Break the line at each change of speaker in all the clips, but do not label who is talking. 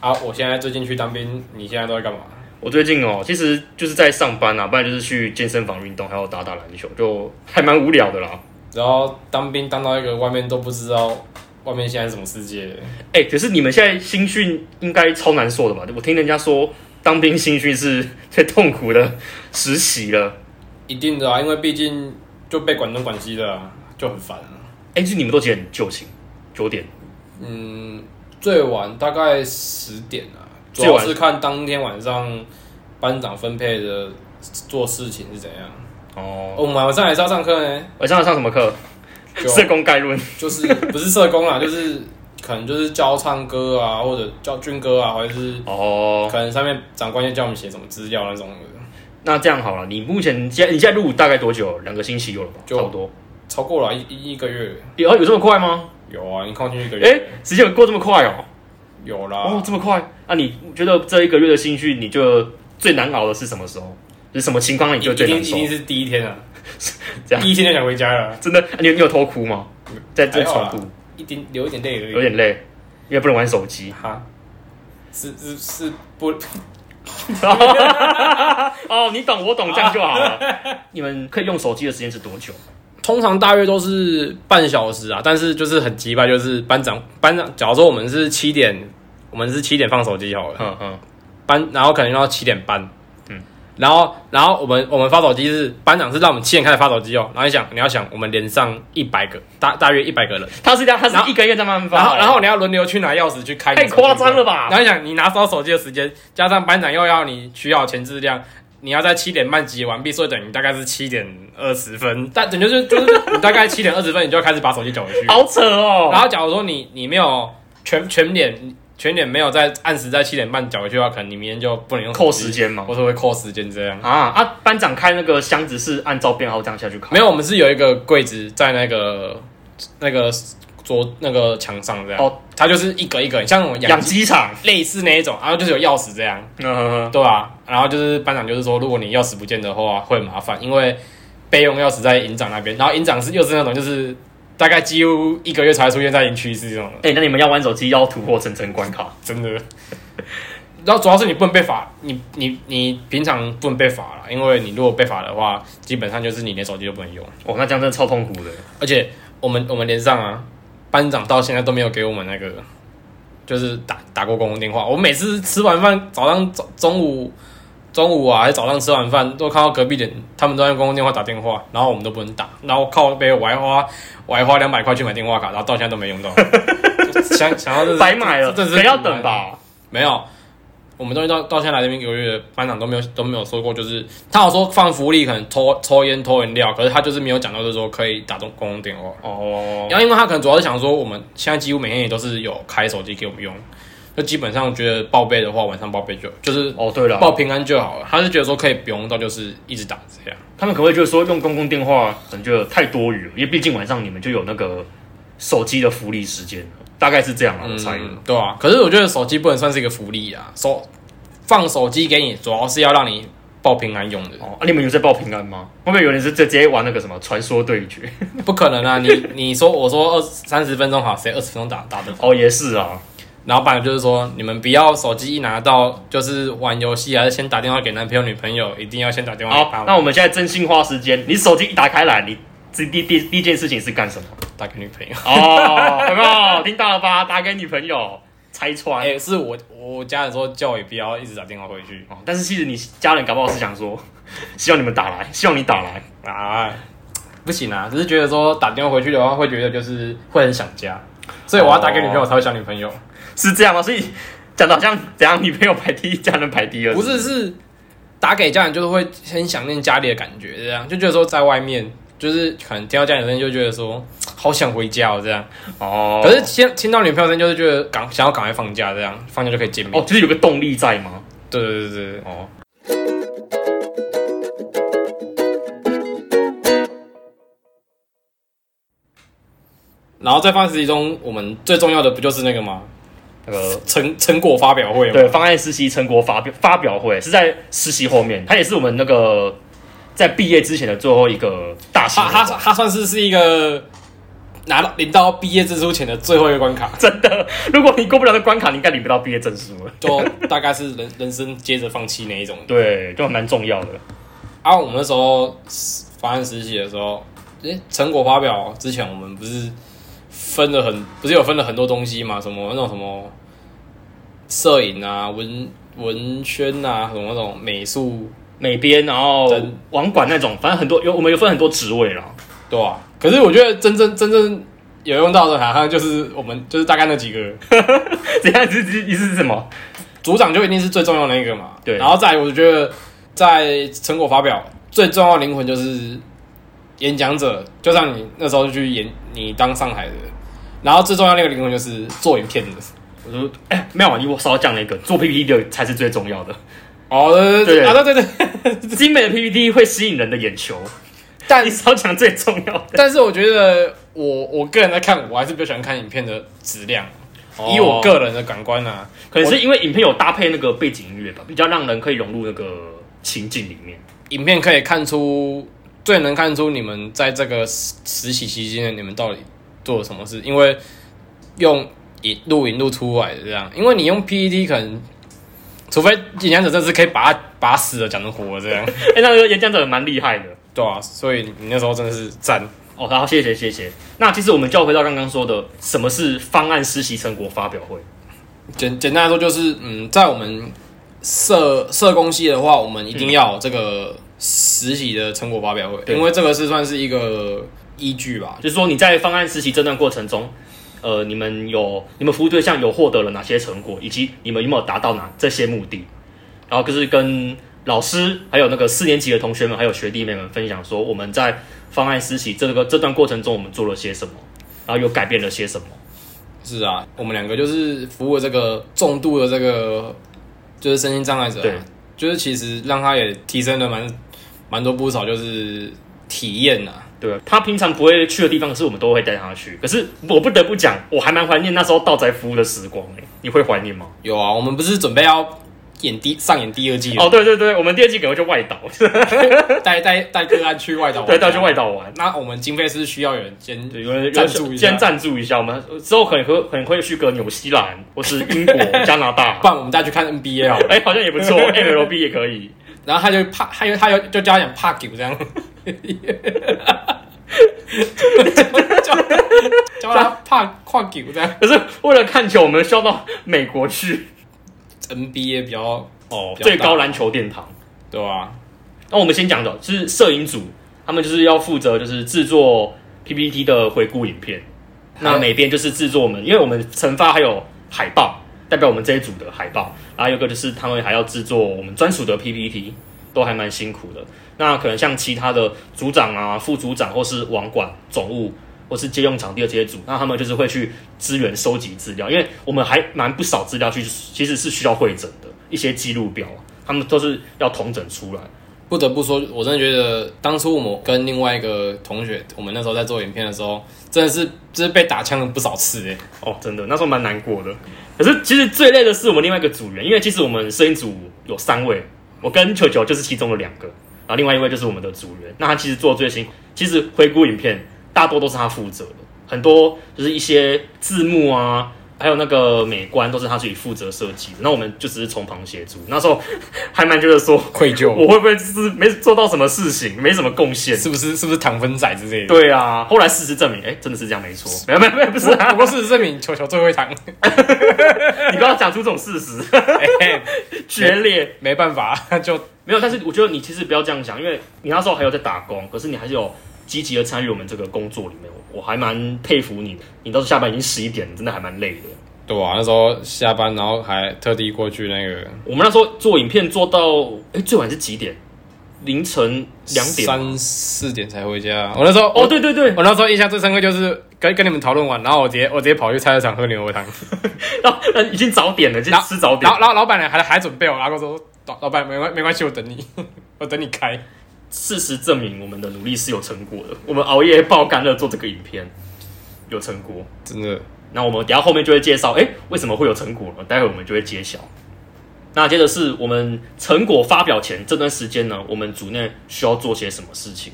啊，我现在最近去当兵，你现在都在干嘛？
我最近哦，其实就是在上班啊，不然就是去健身房运动，还有打打篮球，就还蛮无聊的啦。
然后当兵当到一个外面都不知道外面现在是什么世界，
哎、可是你们现在新训应该超难受的吧？我听人家说，当兵新训是 最痛苦的实习了。
一定的啊，因为毕竟就被管东管西的、啊，就很烦啊。
哎、就是你们都几点就寝？九点？
嗯，最晚大概十点啊，主
最
要
晚
是看当天晚上班长分配的做事情是怎样。
哦，
我们晚上还是要上课呢，
晚上要上什么课？
就
社工概论。
就是不是社工啦，啊就是可能就是教唱歌啊，或者教军歌啊，或者是
哦，
可能上面长官就叫我们写什么资料那种的，
那这样好了，你目前现在你现在入伍大概多久？两个星期有了吧？
就
差不多。
超过了啊一一一个月，
有有这么快吗？
有啊，你靠近一个
哎、
月，
时间有过这么快哦、
有
哦
啦，，
这么快？那、你觉得这一个月的新训，你就最难熬的是什么时候？就是什么情况让
一
你
一
觉得最
定一
难受？
定是第一天啊
这，样
第一天就想回家了，
真的，啊你有你有偷哭吗？在在
还好啊
床
啦
铺
一点有一点累而已，。
有点累，因为不能玩手机
哈，是是是不，
哦，你懂，我懂，这样就 好了。你们可以用手机的时间是多久？
通常大约都是半小时啊，但是就是很急吧，就是班长班长，假如说我们是七点，我们是七点放手机好了，
嗯嗯，
班，然后可能要七点班，
嗯
嗯，然后然后我们我们发手机是班长是让我们七点开始发手机哦，然后你想你要想我们连上一百个大大约一百个人，
他是这样，他
然
是
后
一个月在慢慢发。欸
然后然后你要轮流去拿钥匙去开，
太夸张了吧
然后你想你拿到手机的时间，加上班长又要你需要前置量。你要在七点半集结完毕，所以等于大概是七点二十分，但等于就是就是你大概七点二十分，你就要开始把手机缴回去。
好扯哦。
然后假如说你你没有全全脸全脸没有在按时在七点半缴回去的话，可能你明天就不能用
扣
手机
时间嘛
或者会扣时间这样。
啊啊！班长开那个箱子是按照编号这样下去开。
没有，我们是有一个柜子在那个那个桌那个墙上这样。
哦，
它就是一格一格，像我们养
养
鸡
鸡场。
类似那一种，然后就是有钥匙这样，
嗯哼哼
对啊？然后就是班长就是说，如果你钥匙不见的话会很麻烦，因为备用钥匙在营长那边，然后营长是又是那种就是大概几乎一个月才出现在营区是这种的。
哎、那你们要玩手机要突破层层关卡。
真的。然后主要是你不能被罚，你你你平常不能被罚了，因为你如果被罚的话，基本上就是你连手机都不能用。
哦，那这样真的超痛苦的。
而且我们我们连上啊，班长到现在都没有给我们那个，就是打打过公共电话。我每次吃完饭，早上早中午中午啊，还是早上吃完饭，都看到隔壁人他们都在用公共电话打电话，然后我们都不能打，然后靠背我还花我还花两百块去买电话卡，然后到现在都没用 到。想想要这是
白买了，
这这是啊
可要等吧？
没有，我们东西到到现在来这边一个月，班长都没有都没有说过，就是他有说放福利，可能抽抽烟、偷饮料，可是他就是没有讲到，就是说可以打中公共电话。
哦，
然后，因为他可能主要是想说，我们现在几乎每天也都是有开手机给我们用，就基本上觉得报备的话，晚上报备就就是
哦，对了，
报平安就好了。他是觉得说可以不用到，就是一直打这样。
他们可能会觉得说用公共电话可能就太多余了，因为毕竟晚上你们就有那个手机的福利时间了，大概是这样啊，我猜的。
嗯，对啊。可是我觉得手机不能算是一个福利啊，手放手机给你，主要是要让你报平安用的。
哦，啊，你们有在报平安吗？会不会有人是直直接玩那个什么传说对决？
不可能啊！你 你说我说二三十分钟好，谁二十分钟打打的？
哦，也是啊，
老板就是说，你们不要手机一拿到就是玩游戏，还是先打电话给男朋友女朋友，一定要先打电话给
好
爸，妈。
那我们现在真心花时间，你手机一打开来，你第第第第一件事情是干什么？
打给女朋友。
哦，有没有听到了吧？打给女朋友拆穿
哎、。是我我家人说叫我也不要一直打电话回去
哦，但是其实你家人搞不好是想说， 希望你们打来，希望你打来。
啊，不行啊，只是觉得说打电话回去的话，会觉得就是会很想家，所以我要打给女朋友
哦
我才会想女朋友。
是这样吗？所以讲的好像怎样，女朋友排第一，家人排第二，
不是是打给家人，就是会很想念家里的感觉，这样就觉得说在外面，就是可能听到家里的声音就觉得说好想回家哦，这样。
哦。
可是听听到女朋友声，就是觉得赶想要赶快放假，这样放假就可以见面。
哦，就是有个动力在吗？
对对对对，
哦，
然后在放假实习中，我们最重要的不就是那个吗？
那个
成成果发表会
对
吗？
方案实习成果发表发表会是在实习后面，它也是我们那个在毕业之前的最后一个大型
它
活
它
动。
它算是是一个拿到领到毕业证书前的最后一个关卡，
真的，如果你过不了那关卡，你应该领不到毕业证书了。
就大概是人人生接着放弃那一种。
对，就蛮重要的。
啊，我们那时候法案实习的时候，诶、成果发表之前，我们不是分了很，不是有分了很多东西嘛？什么那种什么摄影啊、文文宣啊，什么那种美术，
美编，然后
真
网管那种，反正很多有我们有分很多职位啦。
对吧、可是我觉得真正真正有用到的，好像就是我们就是大概那几个，
怎样？你是你是什么？
组长就一定是最重要的那个嘛。
对
然后再来我觉得在成果发表最重要的灵魂就是演讲者，就像你那时候去演你当上海的，然后最重要的那个灵魂就是做影片的。
我
嗯
说，哎、没有，你我稍微讲了一个，做 PPT 的才是最重要的。
哦，对对对
对
啊，对对对。
精美的 PPT 会吸引人的眼球，
但
你少讲最重要的。
但是我觉得我我个人在看，我还是比较喜欢看影片的质量。以哦我
个，
个人的感官啊，
可能是因为影片有搭配那个背景音乐吧，比较让人可以融入那个情境里面。
影片可以看出最能看出你们在这个实实习期间你们到底做了什么事，因为用影录影录出来的这样，因为你用 PPT 可能，除非演讲者这次可以把它把它死的讲成活这样，
哎、那个演讲者也蛮厉害的。
对啊，所以你那时候真的是赞，
哦，好，谢谢谢谢。那其实我们就要回到刚刚说的，什么是方案实习成果发表会？
简简单来说就是，嗯，在我们社社工系的话，我们一定要有这个实习的成果发表会，
对
因为这个是算是一个依据吧，
就是说你在方案实习这段过程中，呃，你们有你们服务对象有获得了哪些成果，以及你们有没有达到哪这些目的？然后就是跟老师还有那个四年级的同学们还有学弟妹们分享说，我们在方案实习这个这段过程中我们做了些什么，然后又改变了些什么。
是啊，我们两个就是服务这个重度的这个就是身心障碍者、
对
啊，就是其实让他也提升了蛮蛮多不少，就是体验呐、啊。
对，他平常不会去的地方，是我们都会带他去。可是我不得不讲，我还蛮怀念那时候到宅服务的时光诶、你会怀念吗？
有啊，我们不是准备要演第上演第二季了，
哦，对对对，我们第二季可能就外岛，
带带带个案去外岛，
哦
啊
对，带啊去外。岛玩。
那我们经费是需要有人监，
对，有人
赞助一下
先赞助一下我们，之后可能会可能会去个纽西兰 或是英国、加拿大
不，然我们再去看 NBA 好了。
哎、好像也 不错，MLB 也可以。
啊然后他就怕，他就他就就叫他讲怕狗这 样，叫叫叫他怕跨狗这样
可是为了看球，我们需要到美国去
，NBA 比较
哦
比较大
最高篮球殿堂。
对吧、
啊那我们先讲的，就是摄影组，他们就是要负责就是制作 PPT 的回顾影片。那每边就是制作我们，因为我们惩罚还有海报，代表我们这一组的海报。然后有一个就是他们还要制作我们专属的 PPT，都还蛮辛苦的。那可能像其他的组长啊、副组长或是网管、总务或是借用场地的这些组，那他们就是会去支援收集资料，因为我们还蛮不少资料去，其实是需要会诊的一些记录表啊，他们都是要统整出来。
不得不说，我真的觉得当初我们跟另外一个同学，我们那时候在做影片的时候，真的是就是被打枪了不少次哎。
哦，真的，那时候蛮难过的。可是其实最累的是我们另外一个组员，因为其实我们摄影组有三位，我跟球球就是其中的两个，然后另外一位就是我们的组员。那他其实做得最辛苦，其实回顾影片大多都是他负责的，很多就是一些字幕啊。还有那个美观都是他自己负责设计的，那我们就只是从旁协助。那时候 还蛮觉得说，
愧疚
我会不会就是没做到什么事情，没什么贡献？
是不是？是不是糖分仔之类的？
对啊，后来事实证明，哎、真的是这样，没错。没有没有没有，不是啊，
不过事实证明，球球最会糖，
你不要讲出这种事实。
嘿
决裂。
哎没办法，就
哎没有，但是我觉得你其实不要这样想，因为你那时候还有在打工，可是你还是有积极的参与我们这个工作里面，我我还蛮佩服你。你到时候下班已经十一点，真的还蛮累的。
对啊。那时候下班，然后还特地过去那个
我们那时候做影片做到，哎、最晚是几点？凌晨两点。
三四点才回家。我那时候
哦，对对对，
我那时候印象最深刻就是跟跟你们讨论完，然后我直接我直接跑去菜市场喝牛肉汤，
然后呃已经早点了，就
然后
吃早点
然。后然后老板娘还还准备我，然后说老老板没关没关系，我等你， 我等你开。
事实证明，我们的努力是有成果的。我们熬夜爆干热做这个影片，有成果。
真的，
那我们等一下后面就会介绍，哎、为什么会有成果呢？待会我们就会揭晓。那接着是我们成果发表前这段时间呢，我们组内需要做些什么事情？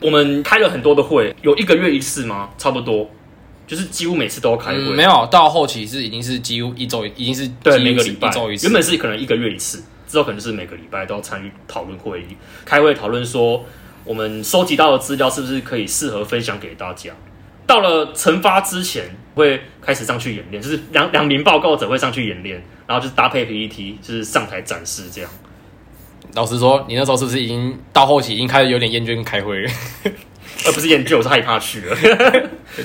我们开了很多的会，有一个月一次吗？差不多。就是几乎每次都要开会，
嗯，没有，到后期是已经是几乎一周，已经是
对
几乎
每个
是
礼拜
一周一次。
原本是可能一个月一次，之后可能是每个礼拜都要参与讨论会议，开会讨论说我们收集到的资料是不是可以适合分享给大家。到了惩罚之前，会开始上去演练，就是两两名报告者会上去演练，然后就是搭配 PPT，就是上台展示这样。
老实说，你那时候是不是已经到后期已经开始有点厌倦开会 了？
而不是研究，我是害怕去了。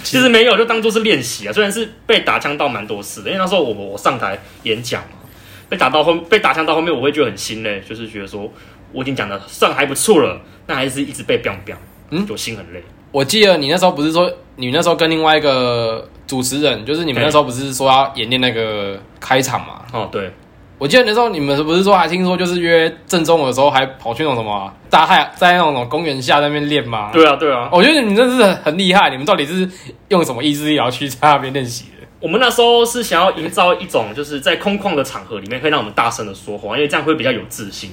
其实没有，就当做是练习啊。虽然是被打枪到蛮多次的，因为那时候我我上台演讲嘛，被打到后被打枪到后面，我会觉得很心累，就是觉得说我已经讲的算还不错了，但还是一直被 biang biang，嗯，就心很累。
我记得你那时候不是说你那时候跟另外一个主持人，就是你们
对
那时候不是说要演练那个开场嘛？
哦，对，
我记得那时候你们不是说还听说就是约正中午的时候还跑去那种什么啊大太在那种公园下那边练吗？
对啊，对 啊。
我觉得你们真的是很很厉害，你们到底是用什么意志力然后去在那边练习的？
我们那时候是想要营造一种就是在空旷的场合里面，可以让我们大声的说话，因为这样会比较有自信。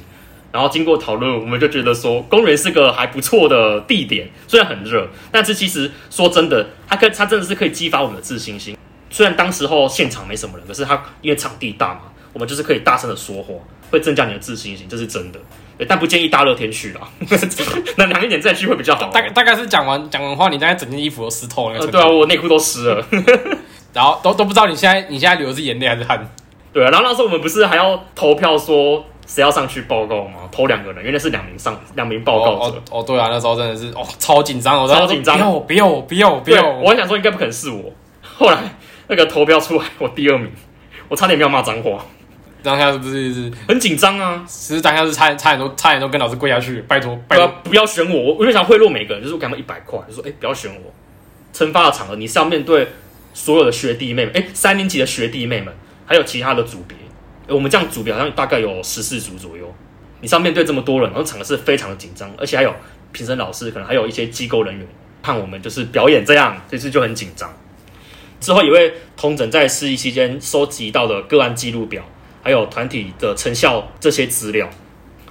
然后经过讨论，我们就觉得说公园是个还不错的地点，虽然很热，但是其实说真的，它可它真的是可以激发我们的自信心。虽然当时候现场没什么人，可是它因为场地大嘛，我们就是可以大声的说话，会增加你的自信心，这是真的。对但不建议大热天去啦， 那两一年再去会比较好玩。
大概大概是讲完讲完话，你大概整件衣服都湿透了那
呃，
个程度、
对啊，我内裤都湿了。
然后都都不知道你现在你现在流的是眼泪还是汗。
对啊，然后那时候我们不是还要投票说谁要上去报告吗？投两个人，因为那是两名上两名报告者。
哦哦哦，对啊，那时候真的是哦，超紧张，我
超紧张
不要我不要我不要我不
对，
要我，
我还想说应该不可能是我。 后来那个投票出来，我第二名，我差点没有骂脏话，
当下是不是是，
很紧张啊。
其实当下是差点差点都差点都跟老师跪下去，拜托拜
对
托，
啊，不要选我，我我就想贿赂每个人，就是我给他们一百块，就说哎、不要选我。惩罚的场合，你是要面对所有的学弟妹们，哎、三年级的学弟妹们，还有其他的组别、哎我们这样组别好像大概有十四组左右，你是要面对这么多人，然后场合是非常的紧张，而且还有评审老师，可能还有一些机构人员看我们就是表演这样，所以就很紧张。之后也会同整在试役期间收集到的个案记录表，还有团体的成效这些资料，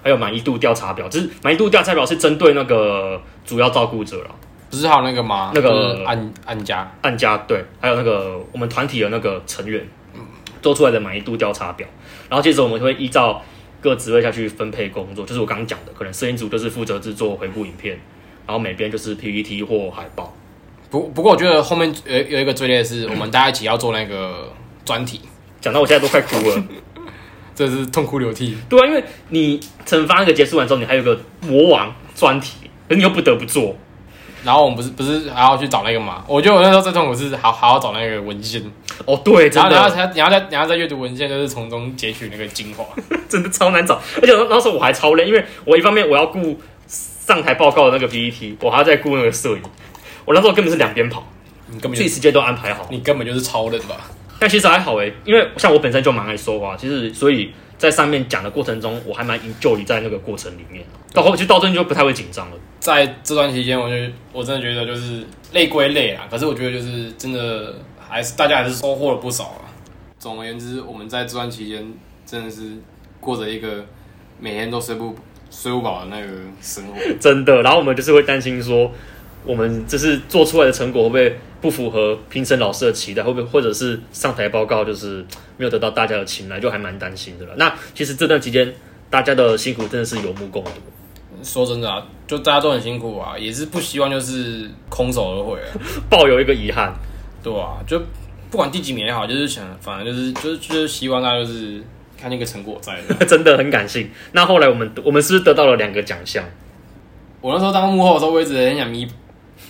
还有满意度调查表，就是满意度调查表是针对那个主要照顾者了。
不是还有那个吗？
那个
就是按按家，
按家对，还有那个我们团体的那个成员做出来的满意度调查表，然后接着我们会依照各职位下去分配工作，就是我刚刚讲的，可能摄影组就是负责制作回顾影片，然后每边就是 PPT 或海报。
不不过我觉得后面有有一个最累的是，我们大家一起要做那个专题，
讲到我现在都快哭了，
这是痛哭流涕。
对啊，因为你惩罚那个结束完之后，你还有个魔王专题，可是你又不得不做，
然后我们不是不是还要去找那个嘛？我觉得我那时候最痛苦是还还要找那个文献，
哦，对，真
然后然后
的
才然后再然后再阅读文献，就是从中截取那个精华。
真的超难找，而且那时候我还超累，因为我一方面我要顾上台报告的那个 PPT，我还要再顾那个摄影，我那时候根本是两边跑。
你根本
自
就
己时间都安排好。
你根本就是超人吧？
但其实还好诶、因为像我本身就蛮爱说话，其实所以在上面讲的过程中，我还蛮 enjoy 在那个过程里面。到后其实到最后就不太会紧张了。
在这段期间，我就我真的觉得就是累归累啊，可是我觉得就是真的还是大家还是收获了不少啊。总而言之，我们在这段期间真的是过着一个每天都睡不睡不饱的那个生活。
真的。然后我们就是会担心说，我们就是做出来的成果会不会不符合评审老师的期待，会不会或者是上台报告就是没有得到大家的青睐，就还蛮担心的了。那其实这段期间大家的辛苦真的是有目共睹。
说真的啊，就大家都很辛苦啊，也是不希望就是空手而回啊，
抱有一个遗憾，
对啊，就不管第几名也好，就是想反正就是就是就是希望大家就是看那个成果在 的。
真的很感性。那后来我们我们是不是得到了两个奖项？
我那时候当幕后的时候，我一直很想咪，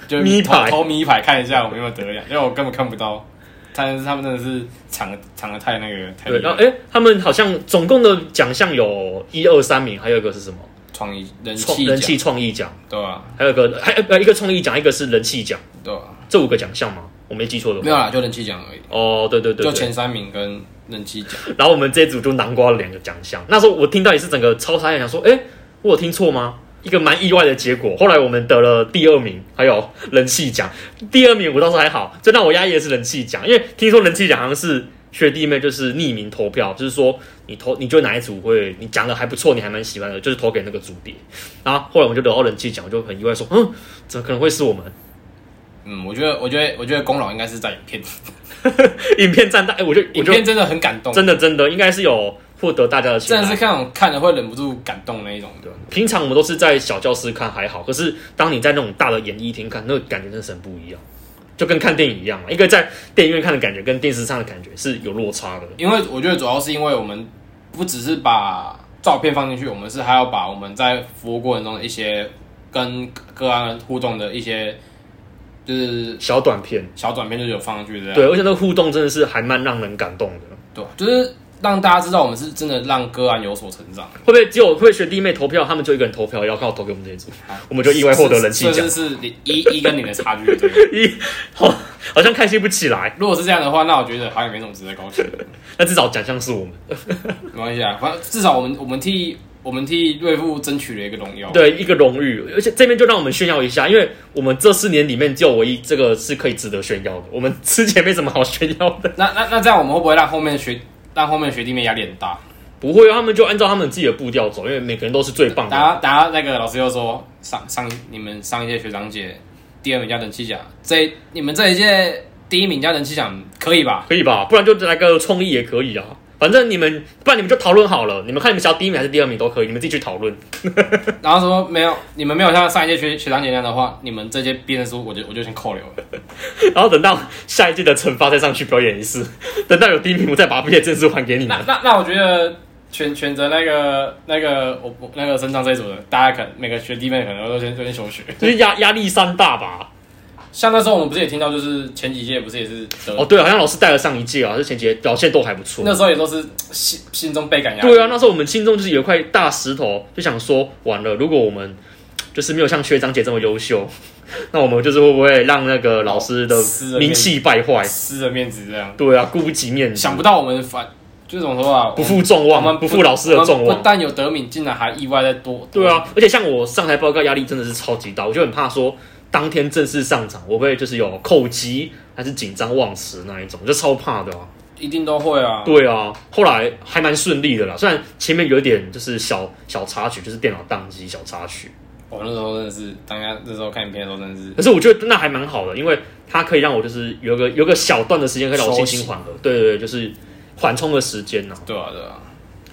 就是
咪牌
偷偷咪牌看一下我们有没有得奖，因为我根本看不到。但是他们真的是抢抢的太那个太
对，
厉
然
害
后，哎、他们好像总共的奖项有一二三名，还有一个是什么？
创意人
创
气
人
奖
气创意奖，
对吧？
还有一个还呃一个创意奖，一个是人气奖，
对吧？
这五个奖项吗？我没记错的
没
话。
有啦，就人气奖而已，
哦，对对对
就
对。
前三名跟人气奖。
然后我们这一组就南瓜了两个奖项。那时候我听到也是整个超傻眼，想说，哎、我有听错吗？一个蛮意外的结果。后来我们得了第二名，还有人气奖。第二名我倒是还好，最让我压抑的是人气奖，因为听说人气奖好像是学弟妹就是匿名投票，就是说你投你就哪一组会你讲的还不错，你还蛮喜欢的，就是投给那个组别。然后后来我们就得到人气奖，我就很意外说，嗯，怎么可能会是我们？
嗯，我觉得，我觉得，我觉得功劳应该是在影片，
影片占大，哎、我就我
影
就
片真的很感动，
真的真的应该是有获得大家的青
真的是
睐。
看我看了会忍不住感动那一种。
对，啊平常我们都是在小教室看还好，可是当你在那种大的演艺厅看，那个感觉真的是很不一样，就跟看电影一样嘛。一个在电影院看的感觉跟电视上的感觉是有落差的。
因为我觉得主要是因为我们不只是把照片放进去，我们是还要把我们在服务过程中的一些跟个案互动的一些就是
小短片，
小转变，就是有放上去的。
对，而且那个互动真的是还蛮让人感动的。
对，就是让大家知道我们是真的让个案有所成长，
会不会只有会学弟妹投票，他们就一个人投票，要靠投给我们这一组，我们就意外获得人气奖
这，是你一一跟零的差距。对，
一好好像开心不起来，
如果是这样的话，那我觉得好像也没什么值得高兴的。
那至少奖项是我们。
没关系啊，反正至少我们我们替我们替瑞富争取了一个荣耀。
对一个荣誉，而且这边就让我们炫耀一下，因为我们这四年里面只有唯一这个是可以值得炫耀的，我们之前没什么好炫耀的。
那那那这样我们会不会让后面学让后面学弟妹压力很大？
不会啊，他们就按照他们自己的步调走，因为每个人都是最棒
大家
的。
大家那个老师又说上上你们上一届学长姐第二名加人气奖，这你们这一届第一名加人气奖可以吧？
可以吧？不然就来个创意也可以啊。反正你们，不然你们就讨论好了。你们看你们想要第一名还是第二名都可以，你们自己去讨论。
然后说没有，你们没有像上一届学学长姐那样的话，你们这届毕业书我就我就先扣留 了。
然后等到下一届的惩罚再上去表演一次， 等到有第一名，我再把毕业证书还给你们
那。那那我觉得选选择那个那个我我那个升上这一组的，大家可能每个学弟妹可能都先都先休学。
就是压压力山大吧？
像那时候我们不是也听到，就是前几届不是也是得，
哦，对，好像老师带了上一届啊，这前几届表现都还不错。
那时候也都是心心中倍感压力。
对啊，那时候我们心中就是有一块大石头，就想说，完了，如果我们就是没有像学长姐这么优秀， 那我们就是会不会让那个老师的
撕了面
名气败坏？
撕了面子这样，
对啊，顾不及面子，
想不到我们反就是怎么说啊，
不负众望，
我们
不负老师的众
我们不
望。
但有得敏，竟然还意外在多。哦
对，啊，而且像我上台报告压力真的是超级大，我就很怕说当天正式上场，我会就是有口疾还是紧张忘词那一种，就超怕的啊。
一定都会啊。
对啊，后来还蛮顺利的啦，虽然前面有一点就是小小插曲，就是电脑宕机小插曲。
我哦那时候真的是，当家那时候看影片的时候真的是
可是我觉得那还蛮好的，因为它可以让我就是有个有个小段的时间可以让我心情缓和，对对对，就是缓冲的时间呢、
对啊对啊，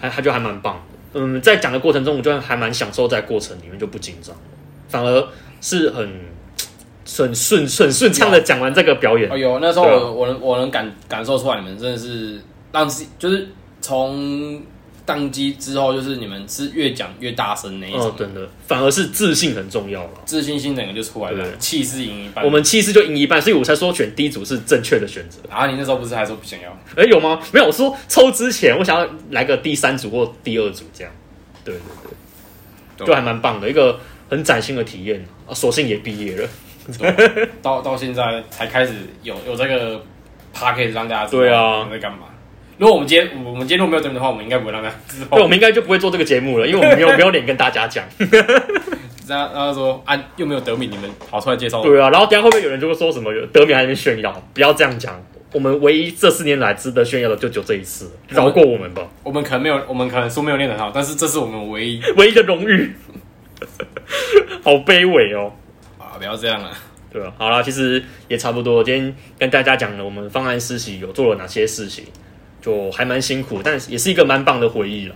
还它就还蛮棒的。嗯，在讲的过程中，我就还蛮享受在过程里面，就不紧张了，反而是很很顺顺顺畅的讲完这个表演
哎。呦，那时候
对啊
我我能我能感感受出来，你们真的是让自己就是从宕机之后，就是你们是越讲越大声那一
哦
种，，
真的，反而是自信很重要了。
自信心整个就出来了，
对
气势赢一半
我。们气势就赢一半，所以我才说选第一组是正确的选择。
然啊后你那时候不是还说不想要？
哎、有吗？没有，我说抽之前我想要来个第三组或第二组这样。对对对，
对
就还蛮棒的，一个很崭新的体验啊！索性也毕业了。
到到现在才开始有有这个 p a c k a g e 让大家知道
对啊
我们在干嘛。如果我们今天我们今天如果没有整理的话，我们应该不会让大家知道
对，我。们应该就不会做这个节目了，因为我们没有没有脸跟大家讲。
然后然后说啊，又没有得米，你们跑出来介绍我，
对啊，然后等一下会不会有人就会说什么德米还在那边炫耀？不要这样讲，我们唯一这四年来值得炫耀的就只有这一次，饶过我们吧，
我们可能没有，我们可能书没有练得很好，但是这是我们唯一
唯一的荣誉， 好卑微哦。
啊，不要这样了。
对啊，好啦，其实也差不多。今天跟大家讲了我们方案实习有做了哪些事情，就还蛮辛苦，但也是一个蛮棒的回忆了。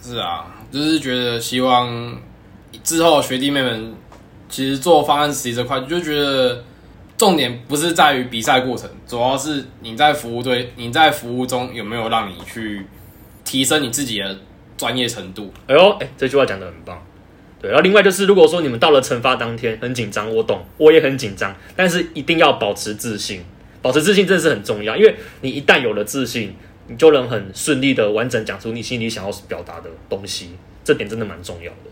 是啊，就是觉得希望之后学弟妹们，其实做方案实习这块，就觉得重点不是在于比赛过程，主要是你在服务对你在服务中有没有让你去提升你自己的专业程度。
哎呦，哎，这句话讲的很棒。对，然后另外就是，如果说你们到了惩罚当天很紧张，我懂，我也很紧张，但是一定要保持自信，保持自信真的是很重要，因为你一旦有了自信，你就能很顺利的完整讲出你心里想要表达的东西，这点真的蛮重要的。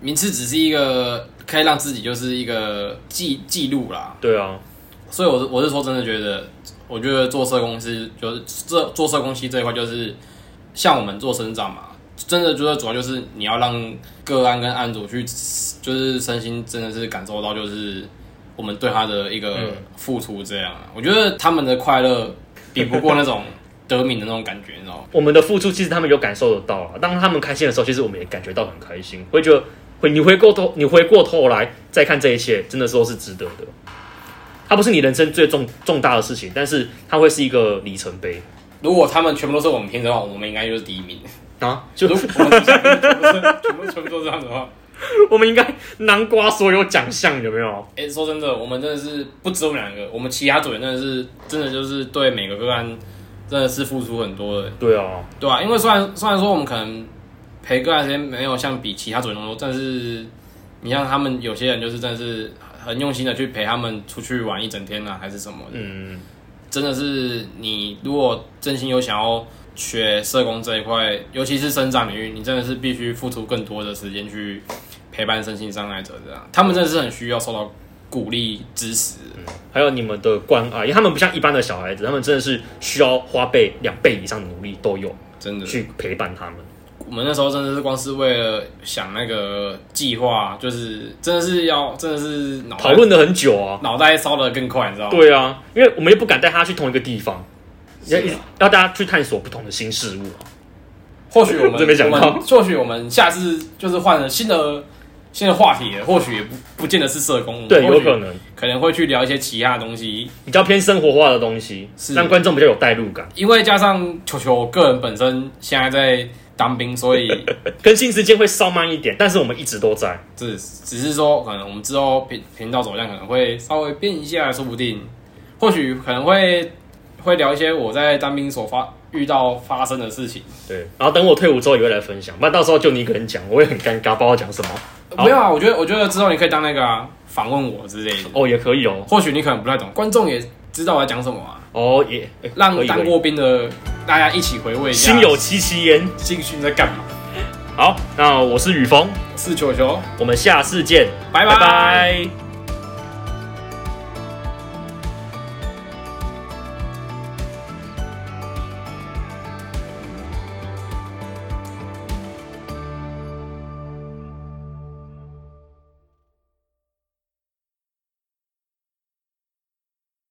名次只是一个可以让自己就是一个记记录啦，
对啊，
所以我是我是说真的觉得，我觉得做社工是就是这做社工系这一块就是像我们做生长嘛，真的就是主要就是你要让个案跟案主去就是身心真的是感受到就是我们对他的一个
嗯
付出这样、啊，我觉得他们的快乐比不过那种得名的那种感觉，你知道吗？
我们的付出其实他们有感受得到啊，当他们开心的时候，其实我们也感觉到很开心，会觉得会你回过头，你回过头来再看这一切，真的时候是值得的。它不是你人生最重重大的事情，但是它会是一个里程碑
如果他们全部都是我们听的话，我们应该就是第一名。
啊！就
如果我们全部都是全部全部都是这样的话，
我们应该南瓜所有奖项有没有？
哎、说真的，我们真的是不止我们两个，我们其他组员真的是真的就是对每个个案真的是付出很多的，
对啊，
对啊，因为虽然虽然说我们可能陪个案时间没有像比其他组员那么多，但是你像他们有些人就是真的是很用心的去陪他们出去玩一整天啊，还是什么的，
嗯，
真的是你如果真心有想要学社工这一块，尤其是生长领域，你真的是必须付出更多的时间去陪伴身心障碍者，这样他们真的是很需要受到鼓励支持。
还有你们的关爱，因为他们不像一般的小孩子，他们真的是需要花倍两倍以上的努力都有
真的，
去陪伴他们。
我们那时候真的是光是为了想那个计划，就是真的是要真的是脑袋
讨论了很久啊，
脑袋烧得更快，你知道吗？
对啊，因为我们又不敢带他去同一个地方，
是
要
啊
一直要大家去探索不同的新事物啊。
或许 我们
真没想到
我们或许我们下次就是换了新的新的话题了，或许也不不见得是社工，
对，
或
有
许
可能
可能会去聊一些其他的东西，
比较偏生活化的东西，
是
让观众比较有代入感。
因为加上球球个人本身现在在当兵，所 以
更新时间会稍慢一点，但是我们一直都在。
只只是说可能我们之后频频道走向可能会稍微变一下，说不定或许可能会会聊一些我在当兵所发遇到发生的事情。
对，然后等我退伍之后也会来分享，不然到时候就你一个人讲，我也很尴尬，不知道讲什么。好
没有啊，我觉得我觉得之后你可以当那个啊访问我之类的，
哦，也可以哦，
或许你可能不太懂，观众也知道我在讲什么啊，
哦也哎可
让
以
当
可以
过兵的大家一起回味一下
心有戚戚焉。
兴趣在干嘛。
好，那我是雨峰，
是球球，
我们下次见，
拜
拜拜